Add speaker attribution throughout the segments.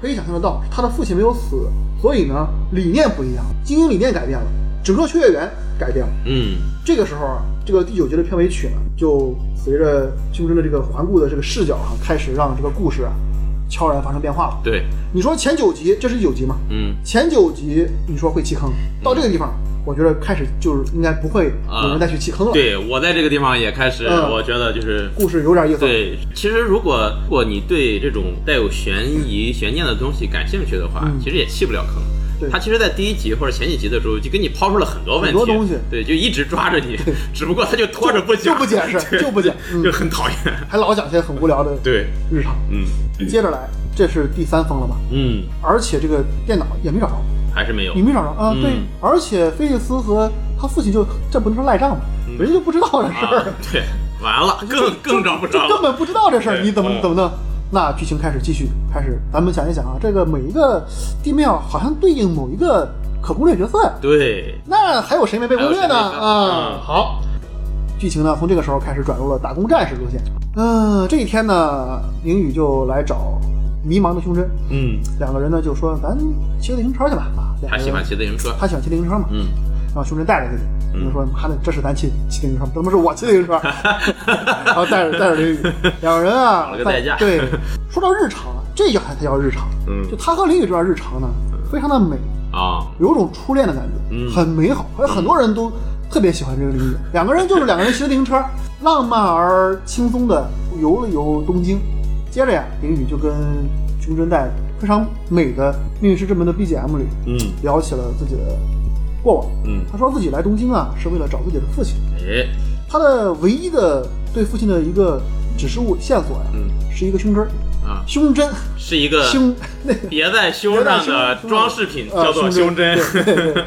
Speaker 1: 可以想象得到，他的父亲没有死，所以呢，理念不一样，经营理念改变了，整个秋叶原改变了。
Speaker 2: 嗯
Speaker 1: 这个时候啊，这个第九节的片尾曲呢，就随着青春的这个环顾的这个视角啊，开始让这个故事啊悄然发生变化了。
Speaker 2: 对，
Speaker 1: 你说前九集，这是第九集吗？
Speaker 2: 嗯
Speaker 1: 前九集你说会弃坑，到这个地方，我觉得开始就是应该不会有人再去弃坑了。，
Speaker 2: 啊对我在这个地方也开始，
Speaker 1: 嗯
Speaker 2: 我觉得就是
Speaker 1: 故事有点意思。，
Speaker 2: 对，其实如果如果你对这种带有悬疑悬念的东西感兴趣的话，
Speaker 1: 嗯
Speaker 2: 其实也弃不了坑。
Speaker 1: 对
Speaker 2: 他其实，在第一集或者前几集的时候，就给你抛出了很多问题，
Speaker 1: 很多东西
Speaker 2: 对，就一直抓着你，只不过他就拖着不讲，
Speaker 1: 就不解释
Speaker 2: 对
Speaker 1: 就不讲嗯
Speaker 2: 就很讨厌。
Speaker 1: 还老讲些很无聊的
Speaker 2: 对，
Speaker 1: 日常。
Speaker 2: 嗯
Speaker 1: 接着来，这是第三封了吧？
Speaker 2: 嗯，
Speaker 1: 而且这个电脑也没找着，
Speaker 2: 还是没有
Speaker 1: 你。没找着啊？
Speaker 2: 嗯
Speaker 1: 对，而且菲利斯和他父亲就这不能说赖账吧，人家就不知道这事
Speaker 2: 啊
Speaker 1: 儿。，
Speaker 2: 对，完了，更更找 不
Speaker 1: 就
Speaker 2: 着
Speaker 1: 根
Speaker 2: 了。
Speaker 1: 本不知道这事儿，
Speaker 2: 对
Speaker 1: 你怎么
Speaker 2: 嗯
Speaker 1: 怎么弄？那剧情开始继续，开始咱们想一想啊，这个每一个地庙好像对应某一个可攻略角色呀，
Speaker 2: 对，
Speaker 1: 那还有谁没被攻略呢？
Speaker 2: 还有谁没被
Speaker 1: 啊
Speaker 2: 嗯，
Speaker 1: 好，剧情呢从这个时候开始转入了打工战士路线。嗯，这一天呢，宁宇就来找迷茫的胸针，
Speaker 2: 嗯，
Speaker 1: 两个人呢就说咱骑个自行车去吧啊，两个
Speaker 2: 他
Speaker 1: 人
Speaker 2: 喜欢骑自行车。
Speaker 1: 他喜欢骑自行车嘛，
Speaker 2: 嗯，
Speaker 1: 然后胸针带着自己，
Speaker 2: 嗯
Speaker 1: 就说妈的，这是咱骑骑自行车吗，怎么是我骑自 行车？然后带着带着林雨，两人啊
Speaker 2: 搞了，个
Speaker 1: 在
Speaker 2: 代驾
Speaker 1: 对，说到日常啊，这叫才才叫日常。
Speaker 2: 嗯
Speaker 1: 就他和林雨这段日常呢，非常的美，
Speaker 2: 啊，
Speaker 1: 有种初恋的感觉，
Speaker 2: 嗯
Speaker 1: 很美好，而很多人都特别喜欢这个林雨。两个人就是两个人骑着自行车，浪漫而轻松的游了游东京。接着呀，林雨就跟胸针在非常美的《命运石之门》的 BGM 里
Speaker 2: 嗯
Speaker 1: 聊起了自己的过往。
Speaker 2: 嗯，
Speaker 1: 他说自己来东京啊，是为了找自己的父亲。
Speaker 2: 哎，
Speaker 1: 他的唯一的对父亲的一个指示物线索呀，
Speaker 2: 嗯
Speaker 1: 是一个胸针儿，
Speaker 2: 啊，
Speaker 1: 胸针，
Speaker 2: 是一个
Speaker 1: 胸那个
Speaker 2: 别在胸上的装饰品
Speaker 1: 呃
Speaker 2: 叫做胸
Speaker 1: 胸
Speaker 2: 针。
Speaker 1: 对对 对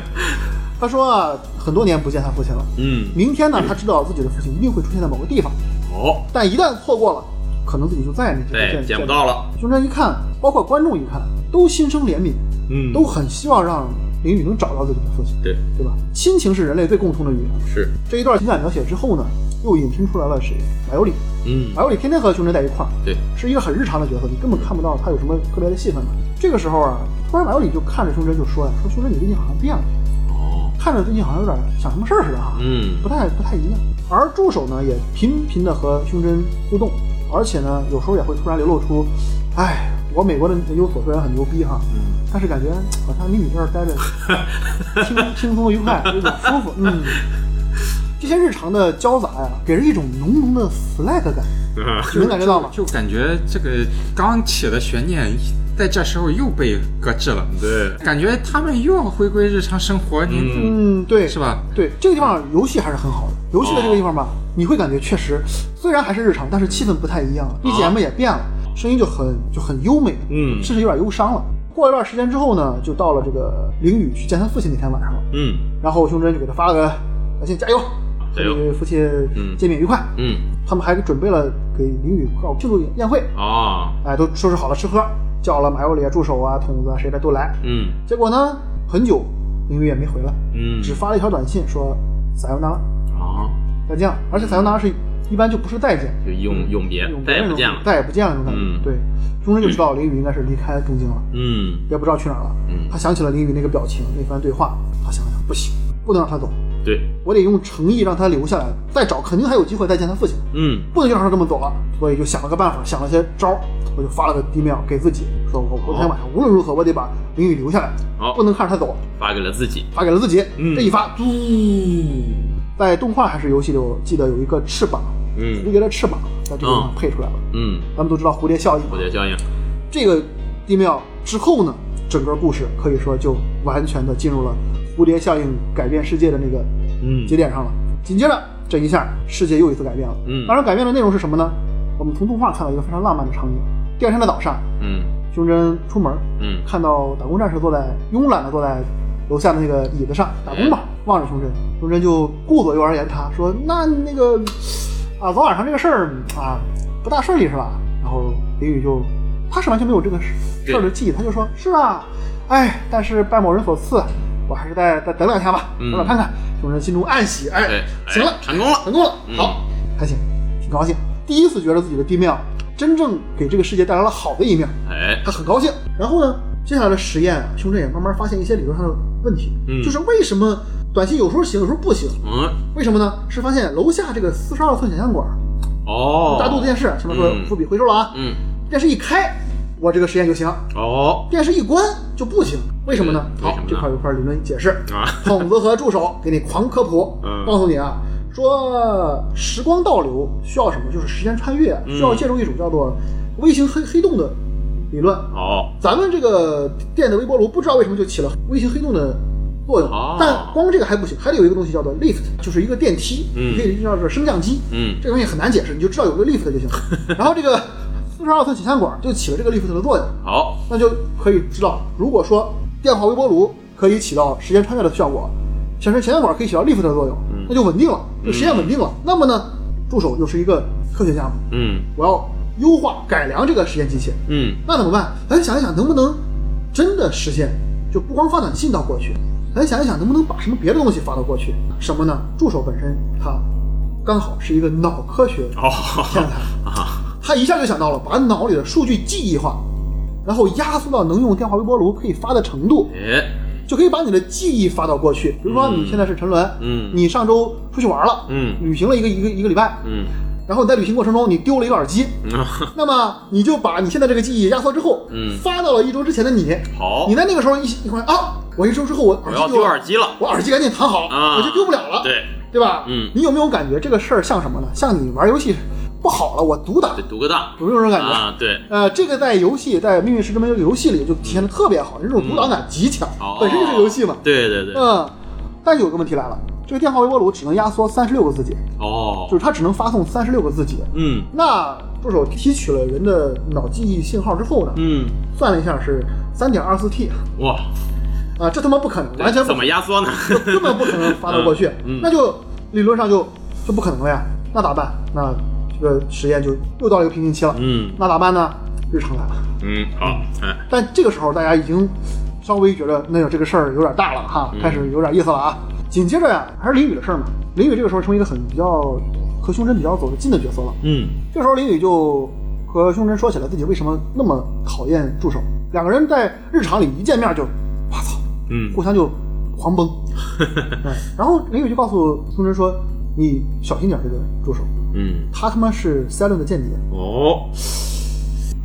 Speaker 1: 他说啊，很多年不见他父亲了。
Speaker 2: 嗯，
Speaker 1: 明天呢，他知道自己的父亲一定会出现在某个地方，
Speaker 2: 哦，
Speaker 1: 但一旦错过了，可能自己就再也没机会
Speaker 2: 对，
Speaker 1: 见
Speaker 2: 哎捡不。到了。
Speaker 1: 胸针一看，包括观众一看，都心生怜悯，
Speaker 2: 嗯
Speaker 1: 都很希望让林雨能找到自己的父亲，
Speaker 2: 对，
Speaker 1: 对吧？亲情是人类最共通的语言。
Speaker 2: 是，
Speaker 1: 这一段情感描写之后呢，又引申出来了谁？马尤里，
Speaker 2: 嗯，
Speaker 1: 马尤里天天和胸针在一块儿，
Speaker 2: 对，
Speaker 1: 是一个很日常的角色，你根本看不到他有什么特别的戏份的。这个时候啊，突然马尤里就看着胸针就说呀、说胸针你最近好像变了，
Speaker 2: 哦，
Speaker 1: 看着最近好像有点想什么事儿似的哈、
Speaker 2: 嗯
Speaker 1: 不太不太一样。而助手呢也频频的和胸针互动，而且呢有时候也会突然流露出，哎，我美国的研究所虽然很牛逼哈，
Speaker 2: 嗯
Speaker 1: 但是感觉哎好像你你这儿待着 轻轻松愉快，有点舒服。嗯，这些日常的交杂呀，给人一种浓浓的 flag 感，
Speaker 2: 啊，
Speaker 1: 你能感觉到吗？
Speaker 3: 就感觉这个刚起的悬念在这时候又被搁置了，
Speaker 2: 对，
Speaker 3: 感觉他们又要回归日常生活，你
Speaker 2: 嗯，
Speaker 1: 嗯，对，
Speaker 3: 是？吧？哦
Speaker 1: 对，这个地方游戏还是很好的。游戏的这个地方吧，你会感觉确实，虽然还是日常，但是气氛不太一样了，BGM 也变了，
Speaker 3: 哦
Speaker 1: 声音就很就很优美，
Speaker 2: 嗯
Speaker 1: 甚至有点忧伤了。过了一段时间之后呢，就到了这个林雨去见他父亲那天晚上了，
Speaker 2: 嗯
Speaker 1: 然后胸针就给他发了个短信，加油，
Speaker 2: 加油
Speaker 1: 祝你父亲
Speaker 2: 嗯
Speaker 1: 见面愉快。
Speaker 2: 哎嗯，
Speaker 1: 他们还准备了给林雨搞庆祝宴会，
Speaker 2: 哦，
Speaker 1: 哎，都收拾好了吃喝，叫了马有里啊、助手啊、筒子啊，谁的都来。
Speaker 2: 嗯
Speaker 1: 结果呢，很久林雨也没回来，
Speaker 2: 嗯，
Speaker 1: 只发了一条短信说撒由那拉，
Speaker 2: 哦，
Speaker 1: 再见了。而且撒由那拉是一般就不是再见，
Speaker 2: 就永永嗯别，
Speaker 1: 永
Speaker 2: 再
Speaker 1: 别
Speaker 2: 也
Speaker 1: 那
Speaker 2: 不
Speaker 1: 种
Speaker 2: 见了。
Speaker 1: 再也不见了那种感
Speaker 2: 嗯
Speaker 1: 觉。对，终于就知道林雨应该是离开东京了，
Speaker 2: 嗯
Speaker 1: 也不知道去哪儿了。
Speaker 2: 嗯
Speaker 1: 他，想起了林雨那个表情，那番对话，他想了想，不行，不能让他走，
Speaker 2: 对，
Speaker 1: 我得用诚意让他留下来，再找肯定还有机会再见他父亲。
Speaker 2: 嗯
Speaker 1: 不能就让他这么走了，所以就想了个办法，想了些招儿，我就发了个 email 给自己，说我我昨天晚上无论如何我得把林雨留下来，
Speaker 2: 好
Speaker 1: 不能看着他走，
Speaker 2: 发给了自己。
Speaker 1: 发给了自己。
Speaker 2: 嗯
Speaker 1: 这一发，嘟，在动画还是游戏里，我记得有一个翅膀，蝴
Speaker 2: 嗯
Speaker 1: 蝶的翅膀在这个地方
Speaker 2: 嗯
Speaker 1: 配出来了。
Speaker 2: 嗯，
Speaker 1: 咱们都知道蝴蝶效应，
Speaker 2: 蝴蝶效应。
Speaker 1: 这个 email 之后呢，整个故事可以说就完全的进入了蝴蝶效应改变世界的那个
Speaker 2: 嗯
Speaker 1: 节点上了。紧接着这一下，世界又一次改变了。
Speaker 2: 嗯
Speaker 1: 当然改变的内容是什么呢？我们从动画看到一个非常浪漫的场景：第二天的早上，
Speaker 2: 嗯
Speaker 1: 胸针出门，
Speaker 2: 嗯
Speaker 1: 看到打工战士坐在慵懒的坐在楼下的那个椅子上打工嘛，
Speaker 2: 哎
Speaker 1: 望着胸针，胸针就顾左右而言他，说：“那那个啊，昨晚上这个事儿啊，不大顺利是吧？”然后林雨就，他是完全没有这个事儿的记忆，他就说：“是啊，哎，但是拜某人所赐，我还是再再等两天吧，
Speaker 2: 嗯
Speaker 1: 等等看看。”胸针心中暗喜，哎
Speaker 2: 对，，
Speaker 1: 行了
Speaker 2: 哎，成功了。
Speaker 1: 成功了，
Speaker 2: 嗯
Speaker 1: 好，还行，挺高兴。第一次觉得自己的地面真正给这个世界带来了好的一面，
Speaker 2: 哎，
Speaker 1: 他很高兴。然后呢，接下来的实验啊，胸针也慢慢发现一些理论上的问题，
Speaker 2: 嗯
Speaker 1: 就是为什么短信有时候行，有时候不行？
Speaker 2: 嗯，
Speaker 1: 为什么呢？是发现楼下这个四十二寸显像管，
Speaker 2: 哦，
Speaker 1: 大肚子电视，前面说
Speaker 2: 嗯
Speaker 1: 伏笔回收了啊，
Speaker 2: 嗯，
Speaker 1: 电视一开，我这个实验就行；
Speaker 2: 哦，
Speaker 1: 电视一关就不行，为什么呢？
Speaker 2: 嗯为
Speaker 1: 好
Speaker 2: 什么呢，
Speaker 1: 这块有块理论解释，
Speaker 2: 啊，
Speaker 1: 筒子和助手给你狂科普，
Speaker 2: 嗯
Speaker 1: 告诉你啊，说时光倒流需要什么？就是时间穿越，
Speaker 2: 嗯
Speaker 1: 需要借助一种叫做微型黑黑洞的理论。
Speaker 2: 哦，
Speaker 1: 咱们这个电的微波炉不知道为什么就起了微型黑洞的作用，
Speaker 2: 哦
Speaker 1: 但光这个还不行，还得有一个东西叫做 lift，就是一个电梯，
Speaker 2: 嗯
Speaker 1: 你可以叫做升降机。
Speaker 2: 嗯，
Speaker 1: 这个东西很难解释，你就知道有个 lift 就行。 然后这个四十二寸显像管就起了这个 lift 的作用，
Speaker 2: 好，
Speaker 1: 那就可以知道，如果说电化微波炉可以起到时间穿越的效果，显示前线管可以起到 lift 的作用，
Speaker 2: 嗯
Speaker 1: 那就稳定了，这实验稳定了。那么呢，助手又是一个科学家嘛，
Speaker 2: 嗯
Speaker 1: 我要优化改良这个实验机器，
Speaker 2: 嗯，
Speaker 1: 那怎么办？咱想一想，能不能真的实现？就不光发短信到过去，咱想一想，能不能把什么别的东西发到过去？什么呢？助手本身他刚好是一个脑科学
Speaker 2: 哦，
Speaker 1: 天才，
Speaker 2: 啊，
Speaker 1: 他一下就想到了把脑里的数据记忆化，然后压缩到能用电话微波炉可以发的程度，
Speaker 2: 哎，
Speaker 1: 就可以把你的记忆发到过去。比如说
Speaker 2: 嗯
Speaker 1: 你现在是陈伦，
Speaker 2: 嗯
Speaker 1: 你上周出去玩了，
Speaker 2: 嗯
Speaker 1: 旅行了一个一个一个礼拜，
Speaker 2: 嗯，
Speaker 1: 然后你在旅行过程中你丢了一个耳机，
Speaker 2: 嗯
Speaker 1: 那么你就把你现在这个记忆压缩之后，
Speaker 2: 嗯
Speaker 1: 发到了一周之前的你。
Speaker 2: 好
Speaker 1: 你，在那个时候一一会儿啊，我一周之后我
Speaker 2: 我
Speaker 1: 耳
Speaker 2: 要
Speaker 1: 机
Speaker 2: 丢
Speaker 1: 丢
Speaker 2: 耳，机了，
Speaker 1: 我耳机赶紧藏好，
Speaker 2: 啊
Speaker 1: 我就丢不了了，
Speaker 2: 对，
Speaker 1: 对吧？
Speaker 2: 嗯
Speaker 1: 你有没有感觉这个事儿像什么呢？像你玩游戏不好了，我独挡
Speaker 2: 得，读个档
Speaker 1: 有没有这种感觉？
Speaker 2: 啊，对，
Speaker 1: 呃，这个在游戏，在《命运石之门》这个游戏里就体现的特别好，这种独挡感极强，
Speaker 2: 哦
Speaker 1: 本身就是游戏嘛。
Speaker 2: 对对对，
Speaker 1: 嗯，但是有个问题来了，这个电话微波炉只能压缩三十六个字节，
Speaker 2: 哦
Speaker 1: 就，是它只能发送三十六个字节。
Speaker 2: 嗯
Speaker 1: 那助手提取了人的脑记忆信号之后呢，
Speaker 2: 嗯，
Speaker 1: 算了一下是三点二四 T
Speaker 2: 哇，
Speaker 1: 啊，这他妈不可能，完全不可
Speaker 2: 怎么压缩呢？
Speaker 1: 能， 根本不可能发到过去，
Speaker 2: 嗯嗯
Speaker 1: 那就理论上就就不可能了呀。那咋办？那这个实验就又到了一个瓶颈期了。
Speaker 2: 嗯
Speaker 1: 那咋办呢？日常来了。
Speaker 2: 嗯，好，哎，
Speaker 1: 但这个时候大家已经稍微觉得那个这个事儿有点大了哈，
Speaker 2: 嗯
Speaker 1: 开始有点意思了啊。紧接着呀、还是林雨的事儿嘛。林雨这个时候成为一个很比较和胸针比较走得近的角色了。
Speaker 2: 嗯
Speaker 1: 这时候林雨就和胸针说起来自己为什么那么讨厌助手，两个人在日常里一见面就，我操，
Speaker 2: 嗯
Speaker 1: 互相就狂 崩。嗯，然后林雨就告诉胸针说：“你小心点这个助手，
Speaker 2: 嗯，
Speaker 1: 他他妈是 s e l 的间谍。”
Speaker 2: 哦，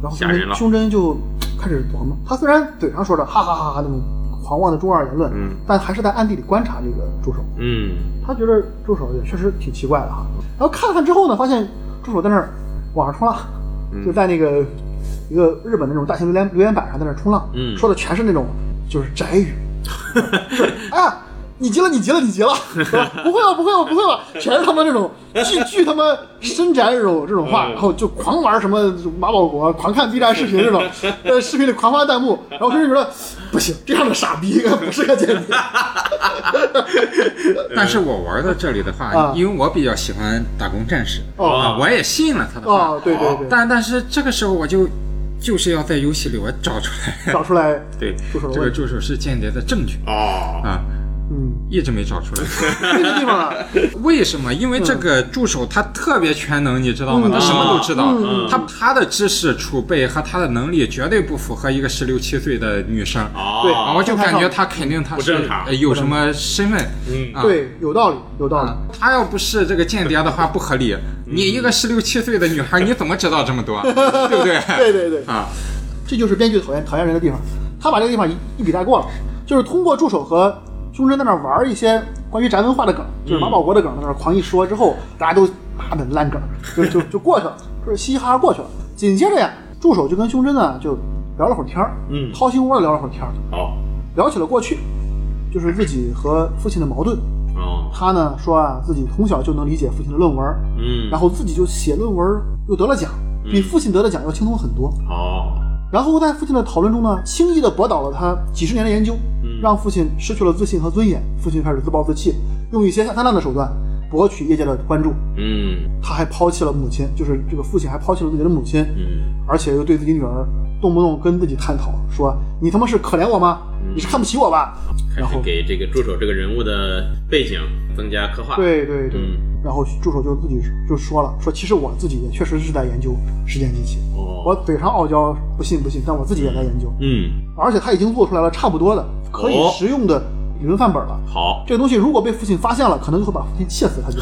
Speaker 1: 然后
Speaker 2: 吓人了
Speaker 1: 胸针就开始琢磨，他虽然嘴上说着哈哈哈哈那种狂妄的中二言论，
Speaker 2: 嗯
Speaker 1: 但还是在暗地里观察这个助手。
Speaker 2: 嗯
Speaker 1: 他觉得助手也确实挺奇怪的哈。然后看了看之后呢，发现助手在那儿网上冲浪，
Speaker 2: 嗯
Speaker 1: 就在那个一个日本的那种大型留言留言板上在那儿冲浪，
Speaker 2: 嗯
Speaker 1: 说的全是那种就是宅 语，就是哎呀。你急了，你急了，你急了！不会吧，不会吧，不会吧！全是他妈这 种巨巨他妈深宅这种这种话，
Speaker 2: 嗯
Speaker 1: 然后就狂玩什么马保国，狂看 B 站视频这 种，呃，视频里狂发弹幕，然后甚至觉得不行，这样的傻逼应该不是个间 谍。
Speaker 3: 但是我玩到这里的
Speaker 1: 啊
Speaker 3: 话，因为我比较喜欢打工战士，
Speaker 1: 哦
Speaker 3: 啊，我也信了他的话，
Speaker 1: 哦，对对对，
Speaker 3: 但但是这个时候我就就是要在游戏里我找出来，
Speaker 1: 找出来
Speaker 3: 对，
Speaker 1: 助手的
Speaker 3: 这个
Speaker 1: 问题，
Speaker 3: 助手是间谍的证据
Speaker 2: 哦，
Speaker 3: 啊，
Speaker 1: 嗯，
Speaker 3: 一直没找出来。
Speaker 1: 这个地方啊，
Speaker 3: 为什么？因为这个助手他特别全能，你知道吗？
Speaker 1: 嗯
Speaker 3: 他什么都知道
Speaker 1: 嗯，
Speaker 3: 他他的知识储备和他的能力绝对不符合一个十六七岁的女生。
Speaker 1: 对
Speaker 3: 啊，
Speaker 2: 哦，
Speaker 3: 我就感觉他肯定他
Speaker 2: 不
Speaker 3: 是
Speaker 2: 正常
Speaker 3: 呃有什么身份，
Speaker 2: 嗯
Speaker 3: 啊，
Speaker 1: 对，有道理，有道理。
Speaker 3: 他要不是这个间谍的话不合
Speaker 2: 嗯
Speaker 3: 理。你一个十六七岁的 女孩，你怎么知道这 么多？对不对？
Speaker 1: 对对对，
Speaker 3: 啊，
Speaker 1: 这就是编剧讨厌讨厌人的地方，他把这个地方一一笔带过了，就是通过助手和胸针在那儿玩一些关于宅文化的梗，就是马保国的梗，在那儿狂一说之后，大家都妈的烂梗，就就就过去了，就是嘻嘻哈哈过去了。紧接着呀，助手就跟胸针呢就聊了会儿天儿，
Speaker 2: 嗯
Speaker 1: 掏心窝的聊了会儿天儿，
Speaker 2: 好，
Speaker 1: 聊起了过去，就是自己和父亲的矛盾。
Speaker 2: 哦，
Speaker 1: 他呢说啊，自己从小就能理解父亲的论文，
Speaker 2: 嗯，
Speaker 1: 然后自己就写论文又得了奖，比父亲得的奖要轻松很多。
Speaker 2: 哦，
Speaker 1: 然后在父亲的讨论中呢，轻易地驳倒了他几十年的研究，
Speaker 2: 嗯
Speaker 1: 让父亲失去了自信和尊严。父亲开始自暴自弃，用一些下三滥的手段博取业界的关注。
Speaker 2: 嗯
Speaker 1: 他还抛弃了母亲，就是这个父亲还抛弃了自己的母亲，
Speaker 2: 嗯
Speaker 1: 而且又对自己女儿动不动跟自己探讨说：“你他妈是可怜我吗？
Speaker 2: 嗯
Speaker 1: 你是看不起我吧
Speaker 2: 开
Speaker 1: 然
Speaker 2: 始
Speaker 1: 后
Speaker 2: 给这个助手这个人物的背景增加 刻画。？”，
Speaker 1: 对对对。
Speaker 2: 嗯，
Speaker 1: 然后助手就自己就说了：“说其实我自己也确实是在研究时间机器，我
Speaker 2: 哦，
Speaker 1: 嘴上傲娇不信不信，但我自己也在研究，
Speaker 2: 嗯，
Speaker 1: 而且他已经做出来了差不多的可以
Speaker 2: 哦
Speaker 1: 实用的理论范本了。”
Speaker 2: 好
Speaker 1: 这个东西如果被父亲发现了，可能就会把父亲气死，他就，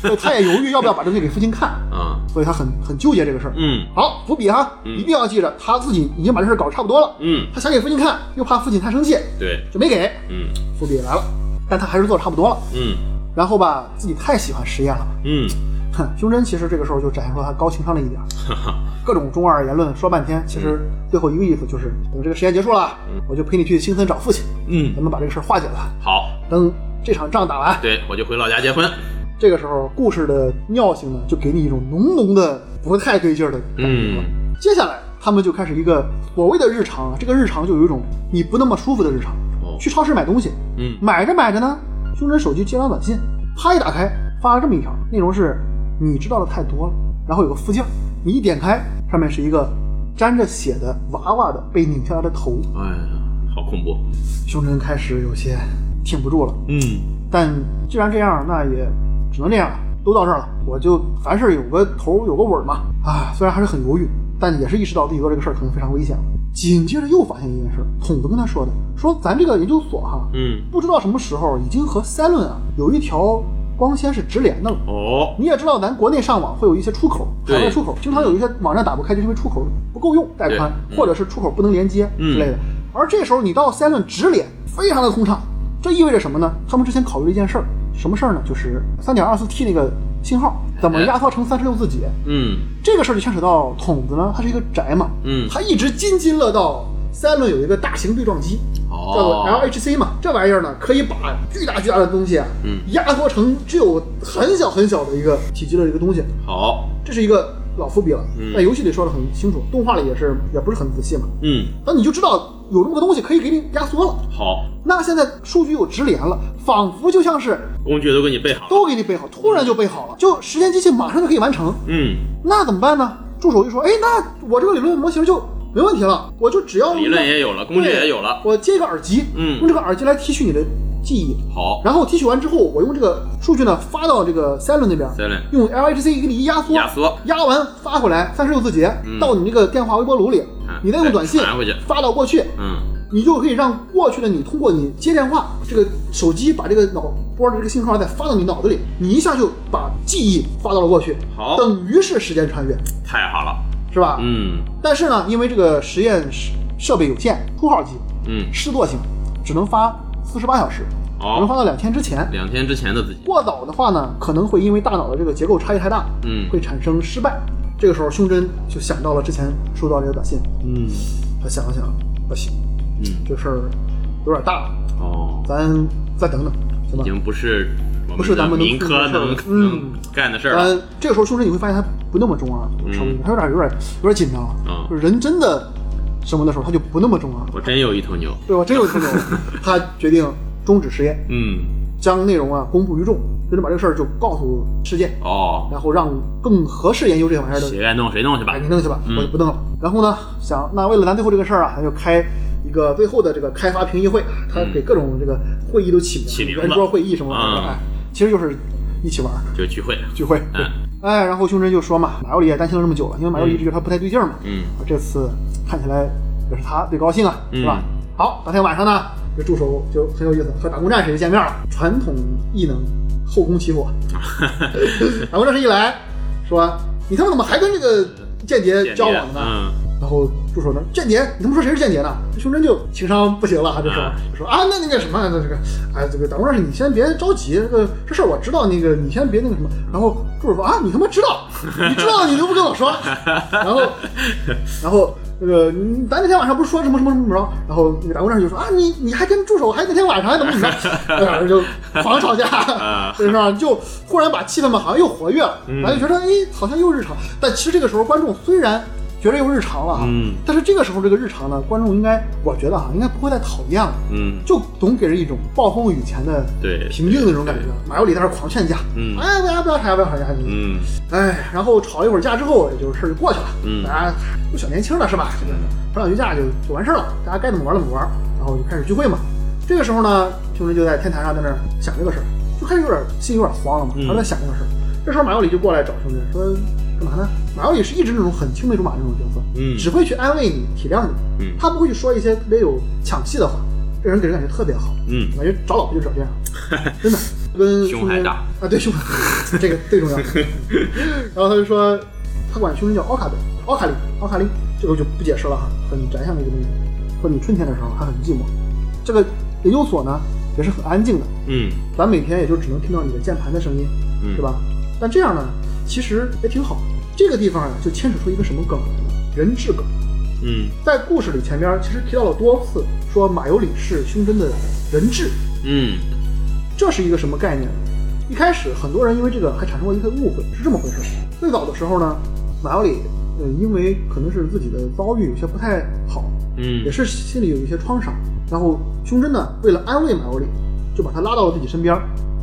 Speaker 1: 所以他也犹豫要不要把这东西给父亲看，
Speaker 2: 啊，
Speaker 1: 所以他很很纠结这个事儿。
Speaker 2: 嗯
Speaker 1: 好，伏笔哈，
Speaker 2: 嗯
Speaker 1: 一定要记着，他自己已经把这事儿搞差不多了，
Speaker 2: 嗯，
Speaker 1: 他想给父亲看，又怕父亲太生气，
Speaker 2: 对，
Speaker 1: 就没给。
Speaker 2: 嗯
Speaker 1: 伏笔来了，但他还是做得差不多了。
Speaker 2: 嗯
Speaker 1: 然后吧，自己太喜欢实验了。
Speaker 2: 嗯，
Speaker 1: 哼，胸针其实这个时候就展现出他高情商了一 点儿，各种中二言论说半天，其
Speaker 2: 嗯
Speaker 1: 实最后一个意思就是，等这个实验结束了，我就陪你去青森找父亲，咱
Speaker 2: 嗯，
Speaker 1: 们把这个事儿化解了。
Speaker 2: 好，
Speaker 1: 等这场仗打完，
Speaker 2: 对我就回老家结婚。
Speaker 1: 这个时候故事的尿性呢，就给你一种浓浓的不太对劲儿的感觉了。
Speaker 2: 嗯
Speaker 1: 接下来他们就开始一个所谓的日常啊，这个日常就有一种你不那么舒服的日常。
Speaker 2: 哦
Speaker 1: 去超市买东西，
Speaker 2: 嗯
Speaker 1: 买着买着呢，胸针手机接到短信，啪一打开发了这么一条，内容是你知道的太多了，然后有个附件，你一点开，上面是一个沾着血的娃娃的被拧下来的头，
Speaker 2: 哎呀，好恐怖。
Speaker 1: 胸针开始有些挺不住了。
Speaker 2: 嗯
Speaker 1: 但既然这样，那也只能这样了。都到这儿了，我就凡事有个头有个尾儿嘛。啊，虽然还是很犹豫，但也是意识到自己做这个事儿可能非常危险了。紧接着又发现一件事儿，筒子跟他说的，说咱这个研究所哈，
Speaker 2: 嗯，
Speaker 1: 不知道什么时候已经和 c e l o n 啊有一条光纤是直连的了。
Speaker 2: 哦，
Speaker 1: 你也知道，咱国内上网会有一些出口，海
Speaker 2: 对
Speaker 1: 外出口，经常有一些网站打不开，就是因为出口不够用带宽，
Speaker 2: 对嗯
Speaker 1: 或者是出口不能连接
Speaker 2: 嗯
Speaker 1: 之类的。而这时候你到 Silent 直连，非常的通畅。这意味着什么呢？他们之前考虑了一件事儿，什么事儿呢？就是3 2 4 T 那个信号怎么压缩成三十六字节。
Speaker 2: 嗯
Speaker 1: 这个事儿就牵扯到筒子呢，它是一个宅嘛，
Speaker 2: 嗯，
Speaker 1: 他一直津津乐道 Silent 有一个大型对撞机，叫做
Speaker 2: 哦，
Speaker 1: LHC 嘛，这玩意儿呢可以把巨大巨大的东西啊，
Speaker 2: 嗯
Speaker 1: 压缩成只有很小很小的一个体积的一个东西，
Speaker 2: 好，
Speaker 1: 这是一个老伏笔了
Speaker 2: 嗯。
Speaker 1: 在游戏里说的很清楚，动画里也是也不是很仔细嘛，
Speaker 2: 嗯
Speaker 1: 那你就知道有这么个东西可以给你压缩了。
Speaker 2: 好，
Speaker 1: 那现在数据有直连了，仿佛就像是
Speaker 2: 工具都给你备好了。
Speaker 1: 都给你备好，突然就备好了，就时间机器马上就可以完成。
Speaker 2: 嗯，
Speaker 1: 那怎么办呢？助手就说：“哎，那我这个理论模型就没问题了，我就只要
Speaker 2: 理论也有了，工具也有了。
Speaker 1: 我接一个耳机，
Speaker 2: 嗯
Speaker 1: 用这个耳机来提取你的记忆，
Speaker 2: 好
Speaker 1: 然后提取完之后，我用这个数据呢发到这个 Silent 那边
Speaker 2: Silent
Speaker 1: 用 LHC 给你一压缩，
Speaker 2: 压缩嗯
Speaker 1: 压完发回来三十六字节、到你那个电话微波炉里，
Speaker 2: 啊
Speaker 1: 你再用短信
Speaker 2: 再传回去
Speaker 1: 发到过去，
Speaker 2: 嗯
Speaker 1: 你就可以让过去的你通过你接电话，这个手机把这个脑波的这个信号再发到你脑子里，你一下就把记忆发到了过去，
Speaker 2: 好
Speaker 1: 等于是时间穿越，
Speaker 2: 太好了。
Speaker 1: 是吧？
Speaker 2: 嗯
Speaker 1: 但是呢，因为这个实验室设备有限，初号机，
Speaker 2: 嗯，
Speaker 1: 试作性，只能发四十八小时，只能发
Speaker 2: 好，
Speaker 1: 到两天之前。
Speaker 2: 两天之前的自己。
Speaker 1: 过早的话呢，可能会因为大脑的这个结构差异太大，
Speaker 2: 嗯
Speaker 1: 会产生失败。这个时候，胸针就想到了之前收到这个短信，
Speaker 2: 嗯
Speaker 1: 他想了想，不行，
Speaker 2: 嗯，
Speaker 1: 这事儿有点大了，
Speaker 2: 哦，
Speaker 1: 咱再等等，行
Speaker 2: 已
Speaker 1: 吧？
Speaker 2: 经不是我
Speaker 1: 啊不是咱
Speaker 2: 的
Speaker 1: 们能
Speaker 2: 民科
Speaker 1: 控制
Speaker 2: 能
Speaker 1: 的事儿
Speaker 2: 能干的事儿了。
Speaker 1: 嗯，这个时候胸针你会发现他不那么中二，稍微
Speaker 2: 嗯
Speaker 1: 他有点有点有点紧张了。啊
Speaker 2: 嗯
Speaker 1: 就是人真的什么的时候，他就不那么中二了。
Speaker 2: 我真有一头牛。
Speaker 1: 对我真有这种， 他决定终止实验，
Speaker 2: 嗯，
Speaker 1: 将内容啊公布于众，就是把这个事儿就告诉世界，
Speaker 2: 哦，
Speaker 1: 然后让更合适研究这玩意儿的
Speaker 2: 谁爱弄谁弄去吧
Speaker 1: 哎，。你弄去吧，
Speaker 2: 嗯
Speaker 1: 我就不弄了。然后呢，想那为了咱最后这个事儿啊，咱就开一个最后的这个开发评议会，他
Speaker 2: 嗯
Speaker 1: 给各种这个会议都起名，
Speaker 2: 起名字
Speaker 1: 圆桌会议什么玩意儿的，
Speaker 2: 嗯
Speaker 1: 哎，其实就是一起玩儿
Speaker 2: 就聚会。
Speaker 1: 聚会。
Speaker 2: 嗯
Speaker 1: 哎，然后胸针就说嘛，马尤里也担心了这么久了，因为马尤里一直觉得他不太对劲儿嘛。
Speaker 2: 嗯
Speaker 1: 啊这次看起来也是他最高兴啊，
Speaker 2: 嗯
Speaker 1: 是吧？好，当天晚上呢，这助手就很有意思，和打工战士就见面了。传统异能，后宫 起火。打工战士一来，说：“你他妈怎么还跟这个间谍
Speaker 2: 间
Speaker 1: 哎交
Speaker 2: 谍
Speaker 1: 往呢？”
Speaker 2: 嗯，
Speaker 1: 然后助手呢，间谍，你他妈说谁是间谍呢？这胸针就情商不行了啊，这时候
Speaker 2: 啊
Speaker 1: 说啊，那那个什么，那这个，哎，这个打工战士，你先别着急，这个这事儿我知道，那个你先别那个什么。然后助手说啊，你他妈知道，你知道你都不跟我说。然后，然后那个嗯咱那天晚上不是说什么什么什么怎么着？然后那个打工战士就说啊，你你还跟助手还那天晚上还怎么怎么 着？那俩人就狂吵架。
Speaker 2: 啊
Speaker 1: 这上就忽然把气氛嘛，好像又活跃了，
Speaker 2: 嗯
Speaker 1: 然后就觉得哎，好像又日常。但其实这个时候，观众虽然觉着又日常了啊。
Speaker 2: 嗯
Speaker 1: 但是这个时候这个日常呢，观众应该我觉得哈、应该不会太讨厌了，啊
Speaker 2: 嗯，
Speaker 1: 就总给人一种暴风雨前的
Speaker 2: 对，
Speaker 1: 平静的那种感觉。马友里在那儿狂劝架，
Speaker 2: 嗯
Speaker 1: 哎，不要不要吵架，不要吵架，
Speaker 2: 嗯
Speaker 1: 哎，然后吵一会儿架之后，也就是事儿就过去了，
Speaker 2: 嗯
Speaker 1: 大家都小年轻了是吧？这个吵两句架就就完事儿了，大家该怎么玩怎么玩，然后就开始聚会嘛。这个时候呢，兄弟就在天台上在那儿想这个事儿，就开始有点心有点慌了嘛，
Speaker 2: 嗯
Speaker 1: 他在想这个事儿。这时候马友里就过来找兄弟说：“干嘛呢？”马友里是一直那种很青梅竹马那种角色，
Speaker 2: 嗯
Speaker 1: 只会去安慰你、体谅你，
Speaker 2: 嗯
Speaker 1: 他不会去说一些特别有抢戏的话，这人给人感觉特别好。
Speaker 2: 嗯
Speaker 1: 感觉找老婆就找 这样，真的跟
Speaker 2: 胸还大
Speaker 1: 啊，对胸还大，这个最 重要。然后他就说，他管胸针叫奥卡贝、奥卡利、奥卡利，这个就不解释了哈，很宅向的一个东西。说你春天的时候还很寂寞，这个研究所呢也是很安静的，
Speaker 2: 嗯
Speaker 1: 咱每天也就只能听到你的键盘的声音，
Speaker 2: 嗯，
Speaker 1: 是？吧？但这样呢，其实也挺好。这个地方啊呀、就牵扯出一个什么梗来呢？人质梗。
Speaker 2: 嗯
Speaker 1: 在故事里前边其实提到了多次，说马尤里是胸针的人质，
Speaker 2: 嗯
Speaker 1: 这是一个什么概念？一开始很多人因为这个还产生过一些误会，是这么回事。最早的时候呢，马小里，呃，因为可能是自己的遭遇有些不太好，
Speaker 2: 嗯，
Speaker 1: 也是心里有一些创伤，然后胸针呢，为了安慰马小里，就把他拉到了自己身边，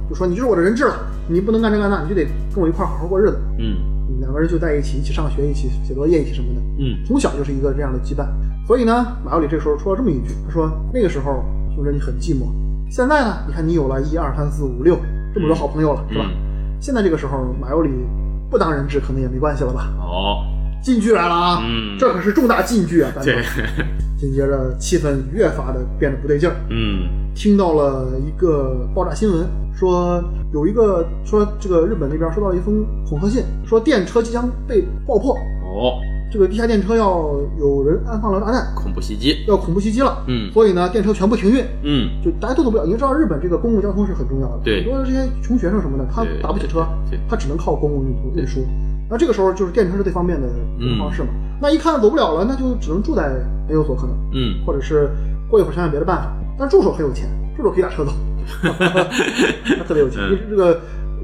Speaker 1: 就说你就是我的人质了，你不能干这干那，你就得跟我一块儿好好过日子。
Speaker 2: 嗯
Speaker 1: 两个人就在一起，一起上学，一起写作业，一起什么的。
Speaker 2: 嗯
Speaker 1: 从小就是一个这样的羁绊。所以呢，马有里这时候说了这么一句，他说那个时候兄弟你很寂寞，现在呢，你看你有了一二三四五六这么多好朋友了，是吧？
Speaker 2: 嗯，
Speaker 1: 现在这个时候，马有里不当人质可能也没关系了吧？
Speaker 2: 哦，
Speaker 1: 进剧来了啊，
Speaker 2: 嗯
Speaker 1: 这可是重大进剧啊！咱们
Speaker 2: 对，
Speaker 1: 紧接着气氛越发的变得不对劲儿，
Speaker 2: 嗯
Speaker 1: 听到了一个爆炸新闻，说有一个说这个日本那边收到了一封恐吓信，说电车即将被爆破，
Speaker 2: 哦，
Speaker 1: 这个地下电车要有人安放了炸弹，
Speaker 2: 恐怖袭击，
Speaker 1: 要恐怖袭击了，
Speaker 2: 嗯
Speaker 1: 所以呢，电车全部停运，
Speaker 2: 嗯，
Speaker 1: 就大家都走不了。你就知道日本这个公共交通是很重要的，
Speaker 2: 对
Speaker 1: 很多这些穷学生什么的，他
Speaker 2: 对
Speaker 1: 打不起车
Speaker 2: 对对，
Speaker 1: 他只能靠公共运输运输。那这个时候就是电车是最方便的
Speaker 2: 嗯
Speaker 1: 一个方式嘛。那一看走不了了，那就只能住在研究所可能，
Speaker 2: 嗯，
Speaker 1: 或者是过一会儿想想别的办法。但助手很有钱，助手可以打车 走，他特别有钱。
Speaker 2: 嗯
Speaker 1: 这个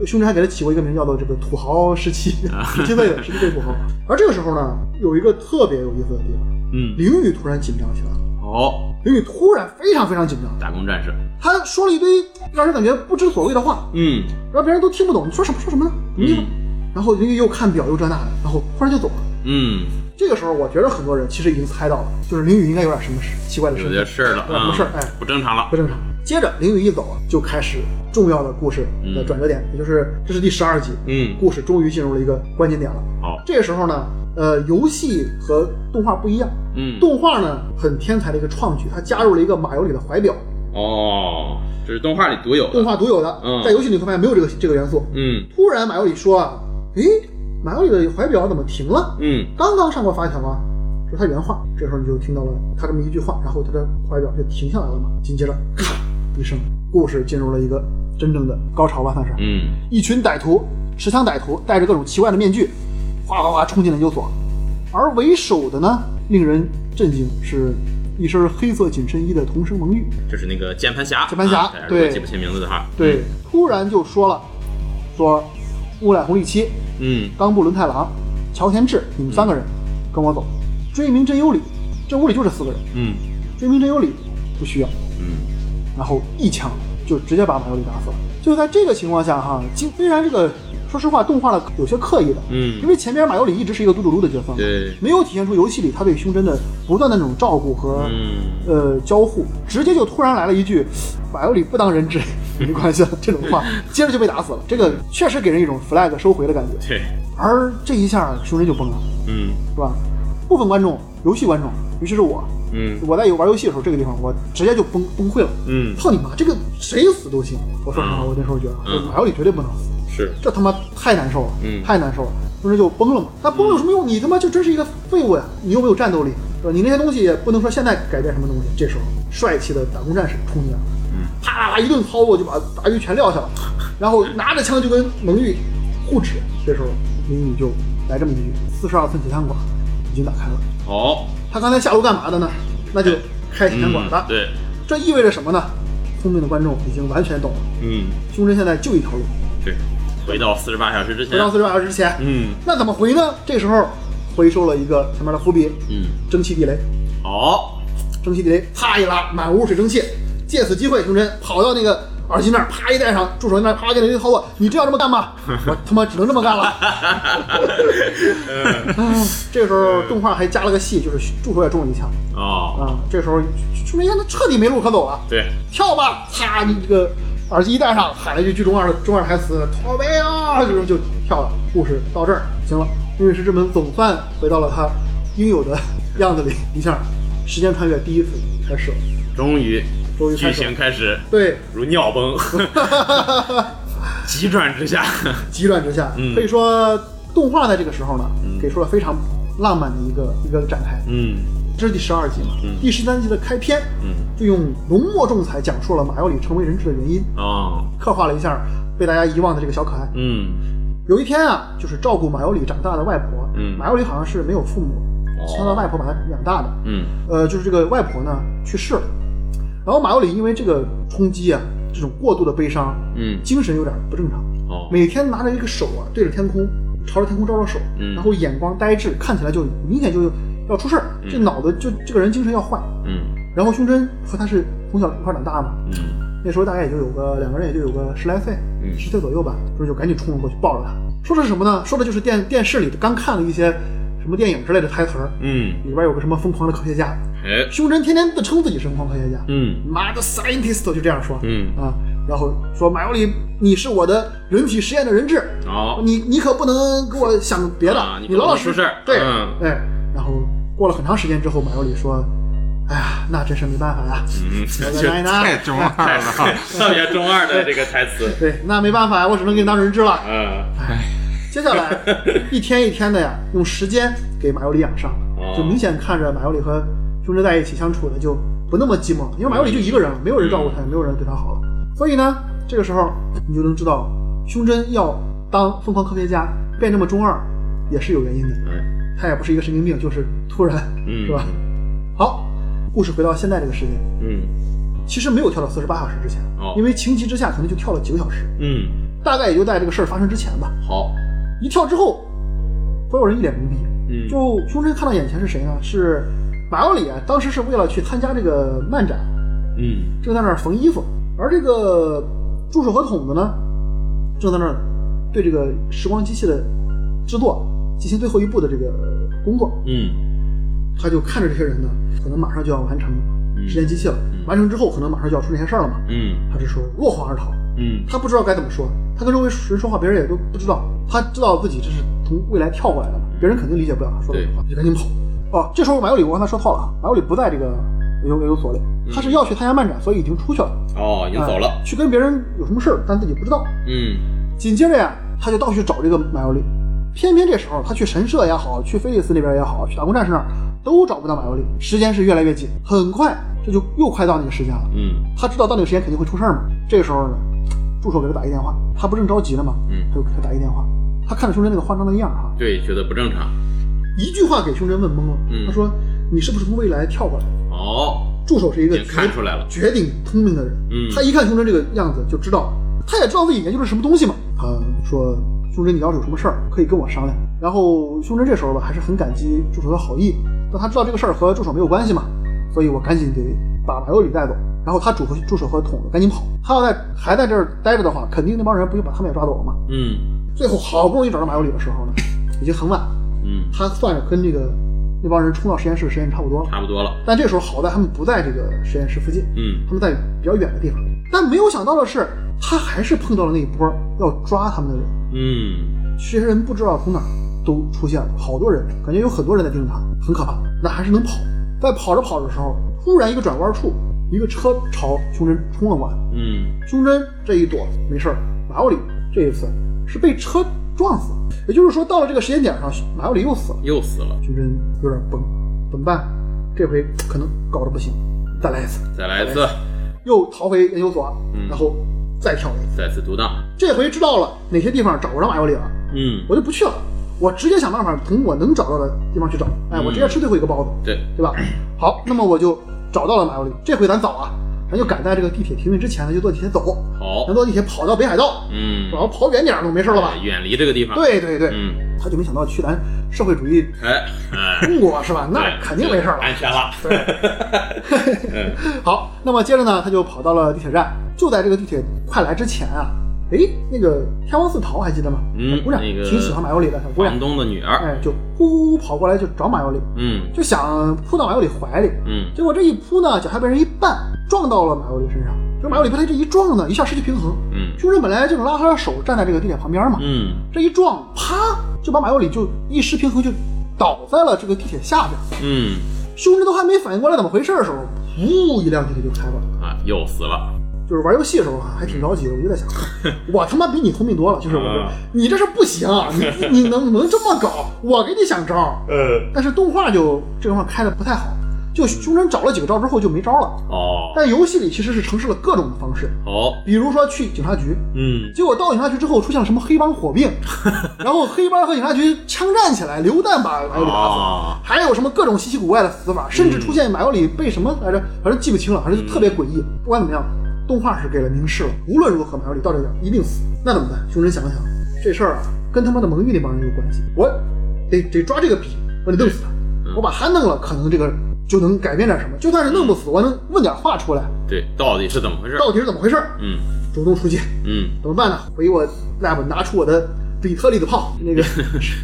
Speaker 1: 胸针还给他起过一个名叫做这个土豪时期，
Speaker 2: 啊
Speaker 1: 十七岁的十七岁土豪。而这个时候呢，有一个特别有意思的地方，
Speaker 2: 嗯，
Speaker 1: 林雨突然紧张起来了。
Speaker 2: 哦，
Speaker 1: 林宇突然非常非常紧张，
Speaker 2: 打工战士，
Speaker 1: 他说了一堆让人感觉不知所谓的话，
Speaker 2: 嗯
Speaker 1: 让别人都听不懂。你说什么说什么呢？你意思然后林宇又看表又这那的，然后忽然就走了。
Speaker 2: 嗯，
Speaker 1: 这个时候，我觉得很多人其实已经猜到了，就是林宇应该有点什么事奇怪的事
Speaker 2: 有些
Speaker 1: 情，
Speaker 2: 事儿了，
Speaker 1: 有
Speaker 2: 嗯，
Speaker 1: 事儿哎
Speaker 2: 不正常了
Speaker 1: 不，正常。接着林宇一走啊，就开始重要的故事的转折点，也就是这是第十二集，
Speaker 2: 嗯，
Speaker 1: 故事终于进入了一个关键点了。
Speaker 2: 好，
Speaker 1: 这个时候呢，呃，游戏和动画不一样，
Speaker 2: 嗯，
Speaker 1: 动画呢很天才的一个创举，它加入了一个马尤里的怀表，
Speaker 2: 哦，这是动画里独有
Speaker 1: 动
Speaker 2: 的，
Speaker 1: 画独有的，
Speaker 2: 嗯
Speaker 1: 在游戏里会发现没有这个这个元素。
Speaker 2: 嗯
Speaker 1: 突然马有里说啊，诶，马有里的怀表怎么停了？
Speaker 2: 嗯
Speaker 1: 刚刚上过发条啊，这是他原话。这时候你就听到了他这么一句话，然后他的怀表就停下来了嘛。紧接着咔一声，故事进入了一个真正的高潮吧，算是。
Speaker 2: 嗯
Speaker 1: 一群歹徒，持枪歹徒，戴着各种奇怪的面具，哗哗哗冲进了研究所。而为首的呢，令人震惊是。一身黑色紧身衣的童声萌玉，
Speaker 2: 就是那个键盘侠，
Speaker 1: 键盘侠
Speaker 2: 啊大家如果
Speaker 1: 对
Speaker 2: 记不清名字的话，
Speaker 1: 对，突然就说了，说乌染红利七
Speaker 2: 嗯
Speaker 1: 冈部伦太郎、乔田智，你们三个人跟我走。追名真优里，这屋里就这四个人，
Speaker 2: 嗯
Speaker 1: 追名真优里不需要。
Speaker 2: 嗯
Speaker 1: 然后一枪就直接把马尤里打死了。就在这个情况下哈，其虽然这个说实话动画的有些刻意的，因
Speaker 2: 嗯，
Speaker 1: 为前边马尤里一直是一个嘟嘟嘟的角色嘛，
Speaker 2: 对，
Speaker 1: 没有体现出游戏里他对胸针的不断的那种照顾和、
Speaker 2: 嗯
Speaker 1: 呃交互，直接就突然来了一句“马尤里不当人质， 没关系了”啊这种话，接着就被打死了。这个确实给人一种 flag 收回的感觉。
Speaker 2: 对，
Speaker 1: 而这一下胸针就崩了，
Speaker 2: 嗯
Speaker 1: 是吧？部分观众，游戏观众，尤其是我，
Speaker 2: 嗯
Speaker 1: 我在有玩游戏的时候，这个地方我直接就崩崩溃了。
Speaker 2: 嗯
Speaker 1: 操你妈！这个谁死都行。我说实话，
Speaker 2: 嗯
Speaker 1: 我那时候觉得
Speaker 2: 嗯
Speaker 1: 马小里绝对不能死，
Speaker 2: 是，
Speaker 1: 这他妈太难受了，
Speaker 2: 嗯
Speaker 1: 太难受了，于是就崩了嘛。那崩了有什么用？你他妈就真是一个废物呀！你又没有战斗力，对吧？你那些东西也不能说现在改变什么东西。这时候，帅气的打工战士冲进来了，
Speaker 2: 嗯
Speaker 1: 啪啪啪一顿操作就把大鱼全撂下了，然后拿着枪就跟蒙玉互指。这时候，林宇就来这么一句：“四十二寸铁探管已经打开了。
Speaker 2: 好，”
Speaker 1: 他刚才下楼干嘛的呢？那就开铁探管了。
Speaker 2: 嗯对，
Speaker 1: 这意味着什么呢？聪明的观众已经完全懂了，
Speaker 2: 嗯
Speaker 1: 胸针现在就一条路，
Speaker 2: 对，回到四十八小时之前
Speaker 1: 回，到四十八小时之前，
Speaker 2: 嗯
Speaker 1: 那怎么回呢？这时候回收了一个前面的伏笔，
Speaker 2: 嗯，
Speaker 1: 蒸汽地雷，
Speaker 2: 好，
Speaker 1: 蒸汽地雷，啪一拉，满屋水蒸气。借此机会，熊真跑到那个耳机那儿，啪一戴上，助手那儿啪给雷掏我，啊你这要这么干吗？我他妈只能这么干了。嗯这个时候动画还加了个戏，就是助手也中了一枪
Speaker 2: 哦，
Speaker 1: 啊。这时候熊真一看他彻底没路可走了，
Speaker 2: 对，
Speaker 1: 跳吧，啪，你这个耳机一戴上，喊了一句剧中二的中二台词“逃呗啊”，就是就跳了。故事到这儿行了，因为是之门总算回到了它应有的样子里，一下时间穿越第一次开始了。
Speaker 2: 终于，
Speaker 1: 终于开始
Speaker 2: 剧情开始
Speaker 1: 对，
Speaker 2: 如尿崩，急转直下，
Speaker 1: 急转直下，
Speaker 2: 嗯
Speaker 1: 可以说动画在这个时候呢，给出了非常浪漫的一个一个展开。
Speaker 2: 嗯
Speaker 1: 这是第十二集嘛，
Speaker 2: 嗯
Speaker 1: 第十三集的开篇
Speaker 2: 嗯，
Speaker 1: 就用浓墨重彩讲述了马药里成为人质的原因，
Speaker 2: 哦，
Speaker 1: 刻画了一下被大家遗忘的这个小可爱。
Speaker 2: 嗯，
Speaker 1: 有一天啊，就是照顾马尤里长大的外婆。
Speaker 2: 嗯
Speaker 1: 马尤里好像是没有父母，
Speaker 2: 哦
Speaker 1: 是他的外婆把他养大的。
Speaker 2: 嗯，
Speaker 1: 呃，就是这个外婆呢去世了，然后马尤里因为这个冲击啊，这种过度的悲伤，
Speaker 2: 嗯，
Speaker 1: 精神有点不正常，
Speaker 2: 哦，
Speaker 1: 每天拿着一个手啊对着天空，朝着天空招招手，
Speaker 2: 嗯
Speaker 1: 然后眼光呆滞，看起来就明显就要出事儿，这
Speaker 2: 嗯
Speaker 1: 脑子就这个人精神要坏。
Speaker 2: 嗯
Speaker 1: 然后胸针和他是从小一块儿长大嘛，
Speaker 2: 嗯
Speaker 1: 那时候大概也就有个两个人也就有个十来岁，
Speaker 2: 嗯
Speaker 1: 十岁左右吧，就是就赶紧冲了过去抱着他，说的是什么呢？说的就是电电视里的刚看了一些什么电影之类的台词儿，
Speaker 2: 嗯，
Speaker 1: 里边有个什么疯狂的科学家，
Speaker 2: 哎，
Speaker 1: 胸针天天的称自己是疯狂科学家，
Speaker 2: 嗯
Speaker 1: 妈的 scientist 就这样说、
Speaker 2: 嗯，
Speaker 1: 啊，然后说马尤里你是我的人体实验的人质，
Speaker 2: 好，
Speaker 1: 你你可不能给我想别的，
Speaker 2: 啊你
Speaker 1: 老老
Speaker 2: 不能
Speaker 1: 实
Speaker 2: 出事儿
Speaker 1: 对，
Speaker 2: 嗯
Speaker 1: 哎，然后过了很长时间之后，马尤里说，哎呀，那真是没办法呀，
Speaker 2: 嗯，
Speaker 1: 原来呢。
Speaker 3: 太中二了。
Speaker 2: 特别中二的这个台词，
Speaker 1: 对，那没办法呀，我只能给你当人质了。
Speaker 2: 嗯，
Speaker 1: 接下来 一天一天的呀，用时间给马尤里养伤
Speaker 2: 哦，
Speaker 1: 就明显看着马尤里和胸针在一起相处的就不那么寂寞了，因为马尤里就
Speaker 2: 嗯
Speaker 1: 一个人了，没有人照顾他，也没有人对他好了。所以呢，这个时候你就能知道，胸针要当疯狂科学家变这么中二，也是有原因的。
Speaker 2: 嗯
Speaker 1: 他也不是一个神经病，就是突然，
Speaker 2: 嗯
Speaker 1: 是吧？好，故事回到现在这个时间，
Speaker 2: 嗯
Speaker 1: 其实没有跳到四十八小时之前
Speaker 2: 哦，
Speaker 1: 因为情急之下可能就跳了几个小时，
Speaker 2: 嗯，
Speaker 1: 大概也就在这个事儿发生之前吧。
Speaker 2: 好，
Speaker 1: 一跳之后，所有人一脸懵逼。
Speaker 2: 嗯
Speaker 1: 就胸针看到眼前是谁呢？是马奥里啊，当时是为了去参加这个漫展，
Speaker 2: 嗯
Speaker 1: 正在那儿缝衣服，而这个助手和筒子呢，正在那儿对这个时光机器的制作进行最后一步的这个工作。
Speaker 2: 嗯
Speaker 1: 他就看着这些人呢，可能马上就要完成时间机器了，
Speaker 2: 嗯
Speaker 1: 完成之后可能马上就要出那些事儿了嘛。
Speaker 2: 嗯
Speaker 1: 他这时候落荒而逃，
Speaker 2: 嗯
Speaker 1: 他不知道该怎么说，他跟周围人说话，别人也都不知道，他知道自己这是从未来跳过来的嘛，别人肯定理解不了他说的
Speaker 2: 嗯对
Speaker 1: 话，就赶紧跑。哦，这时候马有里我刚才说错了啊，马有里不在这个维尤维尤所里，他是要去参加漫展，所以已经出去了，
Speaker 2: 嗯哦，已经走
Speaker 1: 哎
Speaker 2: 了，
Speaker 1: 去跟别人有什么事儿，但自己不知道。
Speaker 2: 嗯
Speaker 1: 紧接着呀，他就到处去找这个马有里，偏偏这时候他去神社也好，去菲利斯那边也好，去打工战士那儿都找不到马有里，时间是越来越紧，很快这就又快到那个时间了。
Speaker 2: 嗯
Speaker 1: 他知道到那个时间肯定会出事儿嘛。这个时候呢，助手给他打一电话，他不正着急呢吗？
Speaker 2: 嗯
Speaker 1: 他就给他打一电话。他看着胸针那个慌张的样儿哈，
Speaker 2: 对，觉得不正常，
Speaker 1: 一句话给胸针问懵了。
Speaker 2: 嗯
Speaker 1: 他说：“你是不是从未来跳过来的
Speaker 2: 哦，？”
Speaker 1: 助手是一
Speaker 2: 已
Speaker 1: 个
Speaker 2: 经
Speaker 1: 绝
Speaker 2: 看出来了，
Speaker 1: 绝顶聪明的人，
Speaker 2: 嗯
Speaker 1: 他一看胸针这个样子就知道，他也知道自己研究的是什么东西嘛。他说：“胸针，你要是有什么事儿，可以跟我商量。”然后胸针这时候吧，还是很感激助手的好意，但他知道这个事儿和助手没有关系嘛，所以我赶紧得把马尤里带走。然后他嘱咐助手和桶子赶紧跑，他要在还在这儿待着的话，肯定那帮人不就把他们也抓走了吗？
Speaker 2: 嗯
Speaker 1: 最后好不容易找到马尤里的时候呢，已经很晚，
Speaker 2: 嗯，
Speaker 1: 他算是跟这个那帮人冲到实验室时间差不多了。
Speaker 2: 差不多了，
Speaker 1: 但这时候好在他们不在这个实验室附近，
Speaker 2: 嗯
Speaker 1: 他们在比较远的地方。但没有想到的是，他还是碰到了那一波要抓他们的人。
Speaker 2: 嗯
Speaker 1: 这些人不知道从哪儿都出现了，好多人，感觉有很多人在盯着他，很可怕。那还是能跑。在跑着跑着的时候，突然一个转弯处，一个车朝胸针冲了过来。
Speaker 2: 嗯
Speaker 1: 胸针这一躲没事儿，马奥里这一次是被车撞死。也就是说，到了这个时间点上，马奥里又死了。
Speaker 2: 又死了，
Speaker 1: 胸针有点崩，怎么办？这回可能搞得不行，再来一次。
Speaker 2: 再来一次，
Speaker 1: 又逃回研究所，
Speaker 2: 嗯
Speaker 1: 然后再跳一次。
Speaker 2: 再次独当，
Speaker 1: 这回知道了哪些地方找不着马尤里了，
Speaker 2: 嗯，
Speaker 1: 我就不去了，我直接想办法从我能找到的地方去找。哎，
Speaker 2: 嗯
Speaker 1: 我直接吃最后一个包子，
Speaker 2: 对，
Speaker 1: 对 吧？好，那么我就找到了马尤里。这回咱早啊，咱就赶在这个地铁停运之前呢，就坐地铁走，
Speaker 2: 好
Speaker 1: 咱，坐地铁跑到北海道，
Speaker 2: 嗯哎
Speaker 1: 然，后跑远点儿就没事了吧？
Speaker 2: 远离这个地方，，
Speaker 1: 对对对，
Speaker 2: 嗯
Speaker 1: 他就没想到去咱社会主义
Speaker 2: 哎 哎，
Speaker 1: 中国是吧？那
Speaker 2: 对
Speaker 1: 肯定没事儿了。
Speaker 2: 安全了。 嗯
Speaker 1: 好，那么接着呢，他就跑到了地铁站。就在这个地铁快来之前啊，诶，那个天王寺桃还记得吗？
Speaker 2: 嗯
Speaker 1: 小姑娘
Speaker 2: 那个
Speaker 1: 挺喜欢马有里的小姑娘
Speaker 2: 房，东的女儿，
Speaker 1: 哎，就呼呼呼跑过来就找马有里，
Speaker 2: 嗯
Speaker 1: 就想扑到马有里怀里。
Speaker 2: 嗯，
Speaker 1: 结果这一扑呢，脚下被人一绊，撞到了马有里身上。这马有里被他这一撞呢，一下失去平衡。
Speaker 2: 嗯
Speaker 1: 凶手本来就是拉他的手站在这个地铁旁边嘛，
Speaker 2: 嗯
Speaker 1: 这一撞，啪就把马有里就一失平衡就倒在了这个地铁下边。
Speaker 2: 嗯，
Speaker 1: 凶手都还没反应过来怎么回事的时候，噗，一辆地铁就开过来了。
Speaker 2: 啊，又死了。
Speaker 1: 就是玩游戏的时候啊，还挺着急的，我就在 想，我他妈比你聪明多了，就是我
Speaker 2: 啊
Speaker 1: 这，你这是不行啊，你你能能这么搞？我给你想招儿，
Speaker 2: 呃，
Speaker 1: 但是动画就这块开的不太好，就凶神找了几个招之后就没招了。
Speaker 2: 哦
Speaker 1: 但游戏里其实是尝试了各种的方式，
Speaker 2: 哦，
Speaker 1: 比如说去警察局，
Speaker 2: 嗯
Speaker 1: 结果到警察局之后出现了什么黑帮火并，然后黑帮和警察局枪战起来，榴弹把马尤里打死，
Speaker 2: 哦
Speaker 1: 还有什么各种稀奇古怪的死法，甚至出现马尤里被什么来着，反正记不清了，反正就特别诡异。不管怎么样，动画是给了明示了，无论如何马尤里到这点儿一定死，那怎么办？凶神想了想，这事儿啊跟他妈的蒙玉那帮人有关系，我得得抓这个笔，我得弄死他，我把他弄了，可能这个就能改变点什么，就算是弄不死，我能问点话出来，
Speaker 2: 对，到底是怎么回事？
Speaker 1: 到底是怎么回事儿？
Speaker 2: 嗯
Speaker 1: 主动出击。
Speaker 2: 嗯，
Speaker 1: 怎么办呢？回我 lab 拿出我的比特利的炮，那个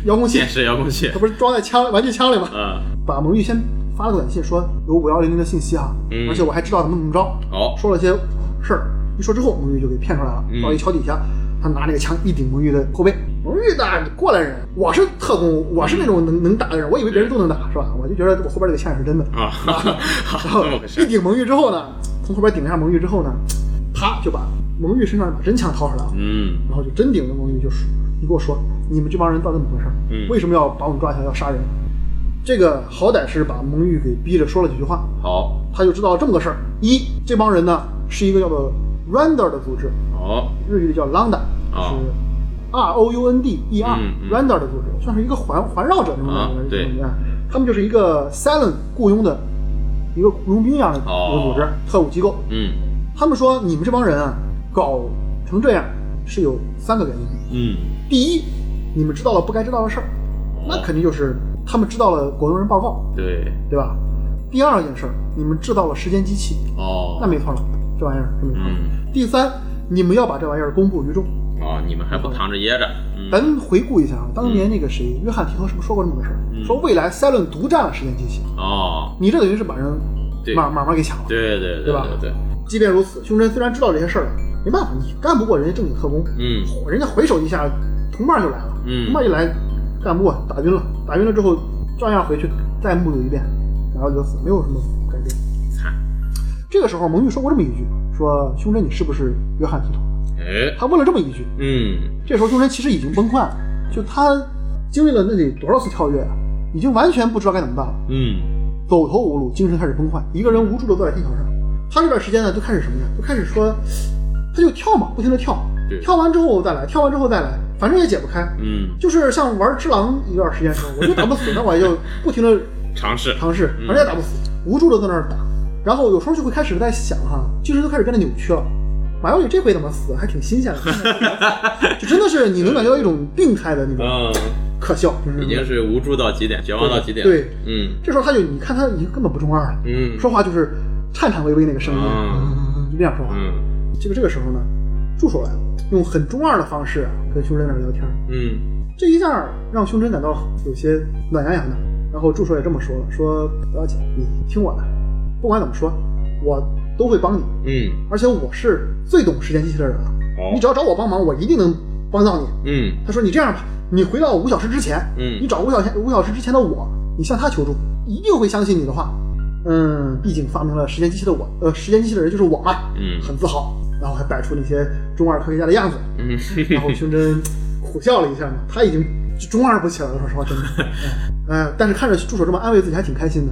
Speaker 1: 遥控器
Speaker 2: 现，实遥控器
Speaker 1: 它，不是装在枪玩具枪里吗？
Speaker 2: 呃，
Speaker 1: 把蒙玉先发了个短信说有五幺零零的信息啊，
Speaker 2: 嗯
Speaker 1: 而且我还知道怎么怎么着，
Speaker 2: 好，
Speaker 1: 说了些事儿。一说之后，蒙玉就给骗出来了
Speaker 2: 嗯。
Speaker 1: 到一桥底下，他拿那个枪一顶蒙玉的后背。蒙玉那过来人，我是特工，我是那种能能打的人，我以为别人都能打，是吧？我就觉得我后边这个枪也是真的。
Speaker 2: 啊，
Speaker 1: 然后
Speaker 2: 好，这么回
Speaker 1: 一
Speaker 2: 事。
Speaker 1: 顶蒙玉之后呢，从后边顶了一下蒙玉之后呢，啪就把蒙玉身上把真枪掏出来了。
Speaker 2: 嗯
Speaker 1: 然后就真顶着蒙玉就说：“你给我说，你们这帮人到底怎么回事？
Speaker 2: 嗯
Speaker 1: 为什么要把我们抓起来要杀人？”这个好歹是把蒙玉给逼着说了几句话，
Speaker 2: 好，
Speaker 1: 他就知道这么个事儿：一，这帮人呢是一个叫做 Render 的组织，
Speaker 2: 好，
Speaker 1: 日语叫 Lambda，、
Speaker 2: 哦
Speaker 1: 是 R O U N D E R、
Speaker 2: 嗯嗯
Speaker 1: Render 的组织，算是一个环环绕者那种
Speaker 2: 啊
Speaker 1: 感觉。
Speaker 2: 对
Speaker 1: 哎他们就是一个 Silent 雇佣的一个雇佣兵一样的一个组织、
Speaker 2: 哦
Speaker 1: 特务机构。
Speaker 2: 嗯
Speaker 1: 他们说你们这帮人啊搞成这样是有三个原因。
Speaker 2: 嗯，
Speaker 1: 第一，你们知道了不该知道的事儿，那肯定就是他们知道了广东人报告，
Speaker 2: 哦对，
Speaker 1: 对吧？第二件事儿，你们制造了时间机器，
Speaker 2: 哦
Speaker 1: 那，没错了，这玩意儿是没错了。
Speaker 2: 嗯，
Speaker 1: 第三，你们要把这玩意儿公布于众。
Speaker 2: 哦，你们还不藏着掖着，嗯，
Speaker 1: 咱回顾一下啊，当年那个谁，约翰·提托是不是说过这么个事儿？
Speaker 2: 嗯
Speaker 1: 说未来塞伦独占了时间机器，
Speaker 2: 哦，
Speaker 1: 你这等于是把人
Speaker 2: 对
Speaker 1: 慢慢慢给抢了。
Speaker 2: 对对
Speaker 1: 对吧
Speaker 2: 对对，
Speaker 1: 即便如此，胸针虽然知道这些事儿了，没办法，你干不过人家正经特工，
Speaker 2: 嗯
Speaker 1: 人家回手一下，同伴就来了，
Speaker 2: 嗯
Speaker 1: 同伴一来干不过，打晕了，打晕了之后照样回去再目睹一遍，然后就死，没有什么改变。
Speaker 2: 惨，
Speaker 1: 这个时候，蒙玉说过这么一句，说胸针你是不是约翰提托？
Speaker 2: 哎，
Speaker 1: 他问了这么一句，
Speaker 2: 嗯
Speaker 1: 这时候胸针其实已经崩溃了，就他经历了那得多少次跳跃啊，已经完全不知道该怎么办了，
Speaker 2: 嗯
Speaker 1: 走投无路，精神开始崩坏，一个人无助的坐在地球上。他这段时间呢，就开始什么呢？就开始说，他就跳嘛，不停的跳
Speaker 2: 对，
Speaker 1: 跳完之后再来，跳完之后再来，反正也解不开，
Speaker 2: 嗯，
Speaker 1: 就是像玩只狼一段时间似的，我就打不死，那我就不停的
Speaker 2: 尝试，
Speaker 1: 尝试，
Speaker 2: 嗯
Speaker 1: 反正也打不死，无助的在那儿打。然后有时候就会开始在想哈，精神都开始变得扭曲了。马小雨这回怎么死还挺新鲜的， 就真的是你能感觉到一种病态的那种
Speaker 2: 嗯，
Speaker 1: 可笑，就是
Speaker 2: 已经是无助到极点，绝望到极点，
Speaker 1: 对，
Speaker 2: 嗯
Speaker 1: 这时候他就你看他已经根本不中二了，啊
Speaker 2: 嗯，
Speaker 1: 说话就是颤颤巍巍那个声音，
Speaker 2: 嗯
Speaker 1: 嗯就那样说话。
Speaker 2: 嗯
Speaker 1: 结果这个时候呢，助手来了，用很中二的方式啊跟胸针在那儿聊天，
Speaker 2: 嗯
Speaker 1: 这一下让胸针感到有些暖洋洋的。然后助手也这么说了，说不要紧，你听我的，不管怎么说，我都会帮你，
Speaker 2: 嗯，
Speaker 1: 而且我是最懂时间机器的人了，
Speaker 2: 好
Speaker 1: 你只要找我帮忙，我一定能帮到你。
Speaker 2: 嗯
Speaker 1: 他说你这样吧，你回到五小时之前，
Speaker 2: 嗯
Speaker 1: 你找五小时五小时之前的我，你向他求助，一定会相信你的话。嗯，毕竟发明了时间机器的我，呃，时间机器的人就是我嘛，
Speaker 2: 嗯
Speaker 1: 很自豪。然后还摆出那些中二科学家的样子，
Speaker 2: 嗯，
Speaker 1: 然后胸针苦笑了一下嘛，他已经 中二不起来了，说实话，真的。 嗯、呃但是看着助手这么安慰自己，还挺开心的。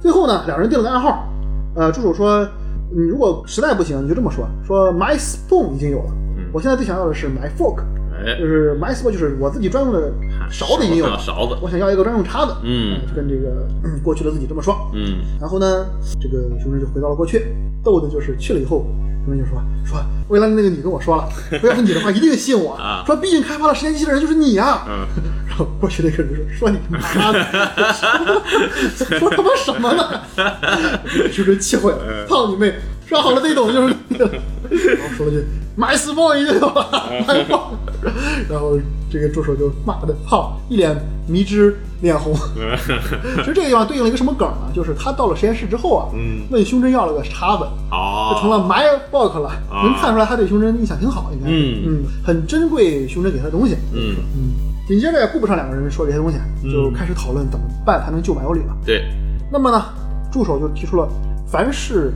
Speaker 1: 最后呢，两人定了个暗号，呃，助手说，你如果实在不行，你就这么说，说 my spoon 已经有了，
Speaker 2: 嗯
Speaker 1: 我现在最想要的是 my fork。
Speaker 2: 哎哎
Speaker 1: 就是 my s p o 就是我自己专用的 勺子已经有
Speaker 2: 啊
Speaker 1: 了，
Speaker 2: 勺子，
Speaker 1: 我想要一个专用叉子，
Speaker 2: 嗯
Speaker 1: 就跟这个、嗯过去的自己这么说。
Speaker 2: 嗯，
Speaker 1: 然后呢，这个熊真就回到了过去。逗的就是去了以后，熊真就说说，未来那个你跟我说了，我要是你的话一定信我
Speaker 2: 啊
Speaker 1: 说毕竟开发了时间机器的人就是你啊。
Speaker 2: 嗯，
Speaker 1: 然后过去那个人就说说你妈的，说他妈什么呢？熊真气坏了，操你妹！说好了这种就是你的了，然后说了句买死梦一句吧，买死梦。然后这个助手就骂的操，一脸迷之脸红。 其实这个地方对应了一个什么梗呢？就是他到了实验室之后啊，
Speaker 2: 嗯
Speaker 1: 问胸针要了个叉子，就成
Speaker 2: 好，
Speaker 1: 了 my book 了。
Speaker 2: 啊
Speaker 1: 能看出来他对胸针印象挺好，应该是
Speaker 2: 嗯
Speaker 1: 嗯，很珍贵胸针给他的东西。
Speaker 2: 嗯，
Speaker 1: 嗯，紧接着顾不上两个人说这些东西，啊就开始讨论怎么办才能救马有里了。
Speaker 2: 对，
Speaker 1: 那么呢，助手就提出了，凡事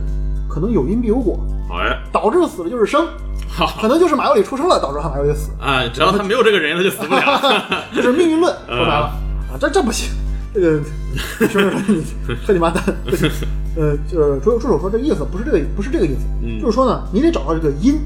Speaker 1: 可能有因必有果，
Speaker 2: 哎，
Speaker 1: 导致死的就是生，
Speaker 2: 好
Speaker 1: 可能就是马有里出生了，导致他马有里死。
Speaker 2: 啊，只要他没有这个人，他就死不了。
Speaker 1: 这是命运论，
Speaker 2: 嗯
Speaker 1: 说白了啊，这这不行，这个就是说你 彻底妈蛋。呃，就是助助手说这意思不是这个，不是这个意思，
Speaker 2: 嗯
Speaker 1: 就是说呢，你得找到这个因，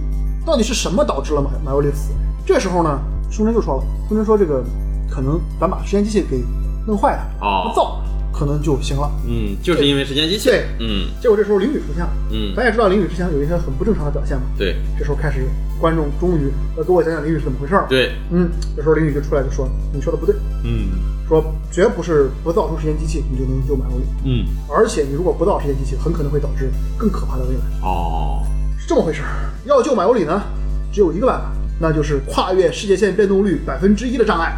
Speaker 1: 到底是什么导致了马马尤利死？这时候呢，书生就说了，书生说这个可能咱把时间机器给弄坏了，
Speaker 2: 哦
Speaker 1: 造可能就行了。
Speaker 2: 嗯，就是因为时间机器
Speaker 1: 对。哎
Speaker 2: 嗯
Speaker 1: 结果这时候淋雨出现了，
Speaker 2: 嗯，
Speaker 1: 咱也知道淋雨之前有一些很不正常的表现嘛。
Speaker 2: 对
Speaker 1: 这时候开始，观众终于要给我讲讲淋雨是怎么回事了。，
Speaker 2: 对，
Speaker 1: 嗯，这时候淋雨就出来就说，你说的不对，
Speaker 2: 嗯
Speaker 1: 说绝不是不造出时间机器你就能救马有里，
Speaker 2: 嗯，
Speaker 1: 而且你如果不造时间机器，很可能会导致更可怕的未来。
Speaker 2: 哦，
Speaker 1: 是这么回事儿。要救马有里呢，只有一个办法，那就是跨越世界线变动率百分之一的障碍，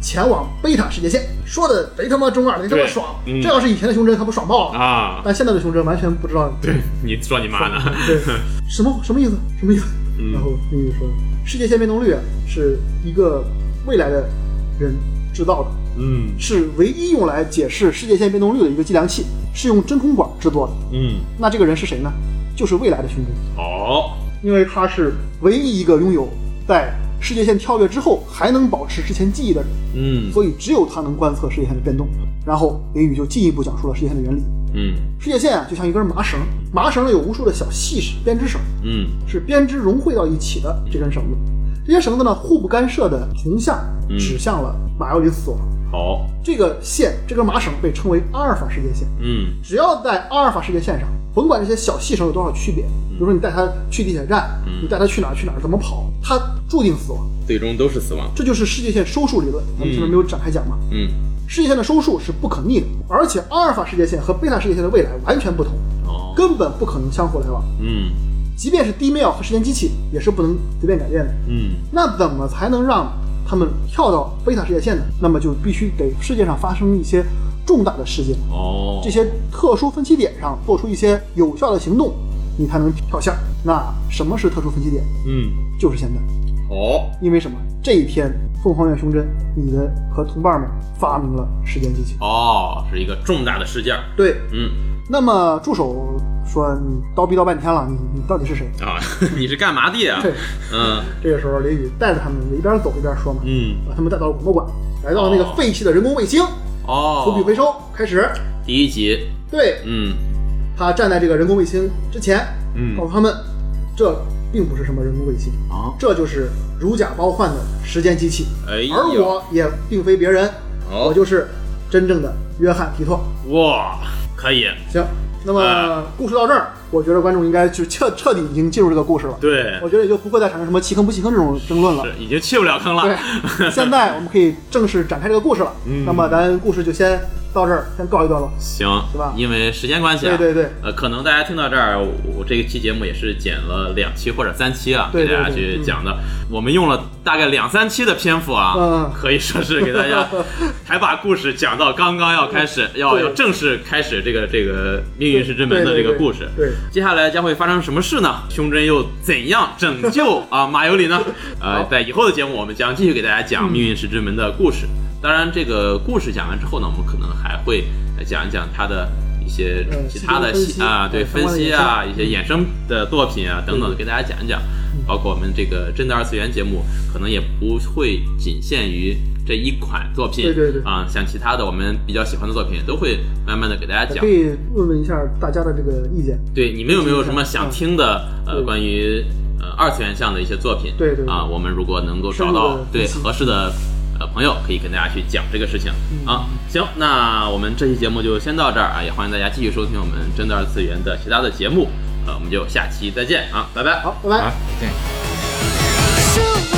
Speaker 1: 前往贝塔世界线。说的贼他妈中二，贼他妈
Speaker 2: 对
Speaker 1: 爽。
Speaker 2: 嗯
Speaker 1: 这要是以前的胸针，他不爽爆了。
Speaker 2: 啊，
Speaker 1: 但现在的胸针完全不知道
Speaker 2: 对，你说你 妈呢？
Speaker 1: 对，什么什么意思？什么意思？
Speaker 2: 嗯
Speaker 1: 然后绿绿说，世界线变动率啊是一个未来的人制造的，
Speaker 2: 嗯
Speaker 1: 是唯一用来解释世界线变动率的一个计量器，是用真空管制作的。
Speaker 2: 嗯，
Speaker 1: 那这个人是谁呢？就是未来的胸针，
Speaker 2: 好，
Speaker 1: 因为他是唯一一个拥有在世界线跳跃之后还能保持之前记忆的人，
Speaker 2: 嗯
Speaker 1: 所以只有他能观测世界线的变动。然后林宇就进一步讲述了世界线的原理。
Speaker 2: 嗯
Speaker 1: 世界线啊，就像一根麻绳，麻绳呢有无数的小细编织绳，
Speaker 2: 嗯
Speaker 1: 是编织融汇到一起的这根绳子。这些绳子呢，互不干涉的同向
Speaker 2: 嗯
Speaker 1: 指向了马尤里斯索。
Speaker 2: 好，
Speaker 1: 这个线，这根麻绳被称为阿尔法世界线。
Speaker 2: 嗯
Speaker 1: 只要在阿尔法世界线上，甭管这些小细绳有多少区别，比如说你带它去地铁站，
Speaker 2: 嗯
Speaker 1: 你带它去哪儿去哪儿，怎么跑，它注定死亡。
Speaker 2: 最终都是死亡。
Speaker 1: 这就是世界线收束理论，我们前面没有展开讲嘛。
Speaker 2: 嗯，
Speaker 1: 世界线的收束是不可逆的，而且阿尔法世界线和贝塔世界线的未来完全不同，
Speaker 2: 哦，
Speaker 1: 根本不可能相互来往。
Speaker 2: 嗯
Speaker 1: 即便是 d m a i 和时间机器也是不能随便改变的。
Speaker 2: 嗯
Speaker 1: 那怎么才能让他们跳到贝塔世界线呢？那么就必须给世界上发生一些重大的事件，
Speaker 2: 哦，
Speaker 1: 这些特殊分歧点上做出一些有效的行动，你才能跳线儿。那什么是特殊分歧点？
Speaker 2: 嗯
Speaker 1: 就是现在，
Speaker 2: 好，
Speaker 1: 因为什么？这一天，凤凰院胸针，你的和同伴们发明了时间机器。
Speaker 2: 哦，是一个重大的事件儿。
Speaker 1: 对，
Speaker 2: 嗯
Speaker 1: 那么助手说你叨逼叨半天了，你你到底是谁？
Speaker 2: 啊， 你是干嘛的呀？
Speaker 1: 对，
Speaker 2: 嗯
Speaker 1: 这个时候林雨带着他们一边走一边说嘛，
Speaker 2: 嗯，
Speaker 1: 把他们带到了广播馆，来到了那个废弃的人工卫星，
Speaker 2: 哦，
Speaker 1: 投币回收开始。
Speaker 2: 第一集，
Speaker 1: 对
Speaker 2: 嗯
Speaker 1: 他站在这个人工卫星之前，
Speaker 3: 嗯
Speaker 1: 告诉他们，这并不是什么人工卫星，
Speaker 2: 啊，
Speaker 1: 这就是如假包换的时间机器，
Speaker 2: 哎呀，
Speaker 1: 而我也并非别人，
Speaker 2: 哦
Speaker 1: 我就是真正的约翰皮特。
Speaker 2: 哇，可以，
Speaker 1: 行，那么
Speaker 2: 啊
Speaker 1: 故事到这儿，我觉得观众应该就彻彻底已经进入这个故事了，
Speaker 2: 对
Speaker 1: 我，觉得也就不会再产生什么弃坑不弃坑这种争论了。
Speaker 2: 是已经去不了坑了。
Speaker 1: 对，现在我们可以正式展开这个故事了。
Speaker 3: 嗯
Speaker 1: 那么咱故事就先到这儿，先告一段落。
Speaker 2: 行
Speaker 1: 是吧，
Speaker 2: 因为时间关系啊，
Speaker 1: 对对对，
Speaker 2: 呃，可能大家听到这儿，我我这一期节目也是剪了两期或者三期啊，
Speaker 1: 对对
Speaker 2: 给大
Speaker 1: 对
Speaker 2: 家去
Speaker 1: 嗯
Speaker 2: 讲的。我们用了大概两三期的篇幅啊，
Speaker 1: 嗯
Speaker 2: 可以说是给大家还把故事讲到刚刚要开始，要
Speaker 1: 对
Speaker 2: 要正式开始这个这个命运石之门的
Speaker 1: 对
Speaker 2: 这
Speaker 1: 对
Speaker 2: 个故事。
Speaker 1: 对，
Speaker 2: 接下来将会发生什么事呢？胸针又怎样拯救啊马尤 里呢？呃，在以后的节目，我们将继续给大家讲《命运石之门》的故事。当然，这个故事讲完之后呢，我们可能还会呃讲一讲它的一些
Speaker 1: 呃
Speaker 2: 其他的
Speaker 1: 其中分析
Speaker 2: 啊，
Speaker 1: 呃
Speaker 2: 对
Speaker 1: 相
Speaker 2: 分
Speaker 1: 关的嗯
Speaker 2: 析啊，一些衍生的作品啊等等的，
Speaker 1: 对
Speaker 2: 给大家讲一讲。包括我们这个真的二次元节目，可能也不会仅限于这一款作品，
Speaker 1: 对对对
Speaker 2: 啊，像其他的我们比较喜欢的作品，都会慢慢的给大家
Speaker 1: 我
Speaker 2: 讲
Speaker 1: 可。以问问一下大家的这个意见。
Speaker 2: 对，你们有没有什么想听的
Speaker 1: 嗯
Speaker 2: 呃
Speaker 1: 对
Speaker 2: 关于呃二次元向的一些作品。
Speaker 1: 对对对
Speaker 2: 啊，我们如果能够找
Speaker 1: 深入
Speaker 2: 到
Speaker 1: 地
Speaker 2: 对
Speaker 1: 分析
Speaker 2: 合适的呃朋友，可以跟大家去讲这个事情
Speaker 1: 嗯
Speaker 2: 啊。行，那我们这期节目就先到这儿啊，也欢迎大家继续收听我们真的二次元的其他的节目。呃，我们就下期再见啊，拜拜。
Speaker 1: 好，拜拜。
Speaker 3: 好，再见。
Speaker 4: Shoot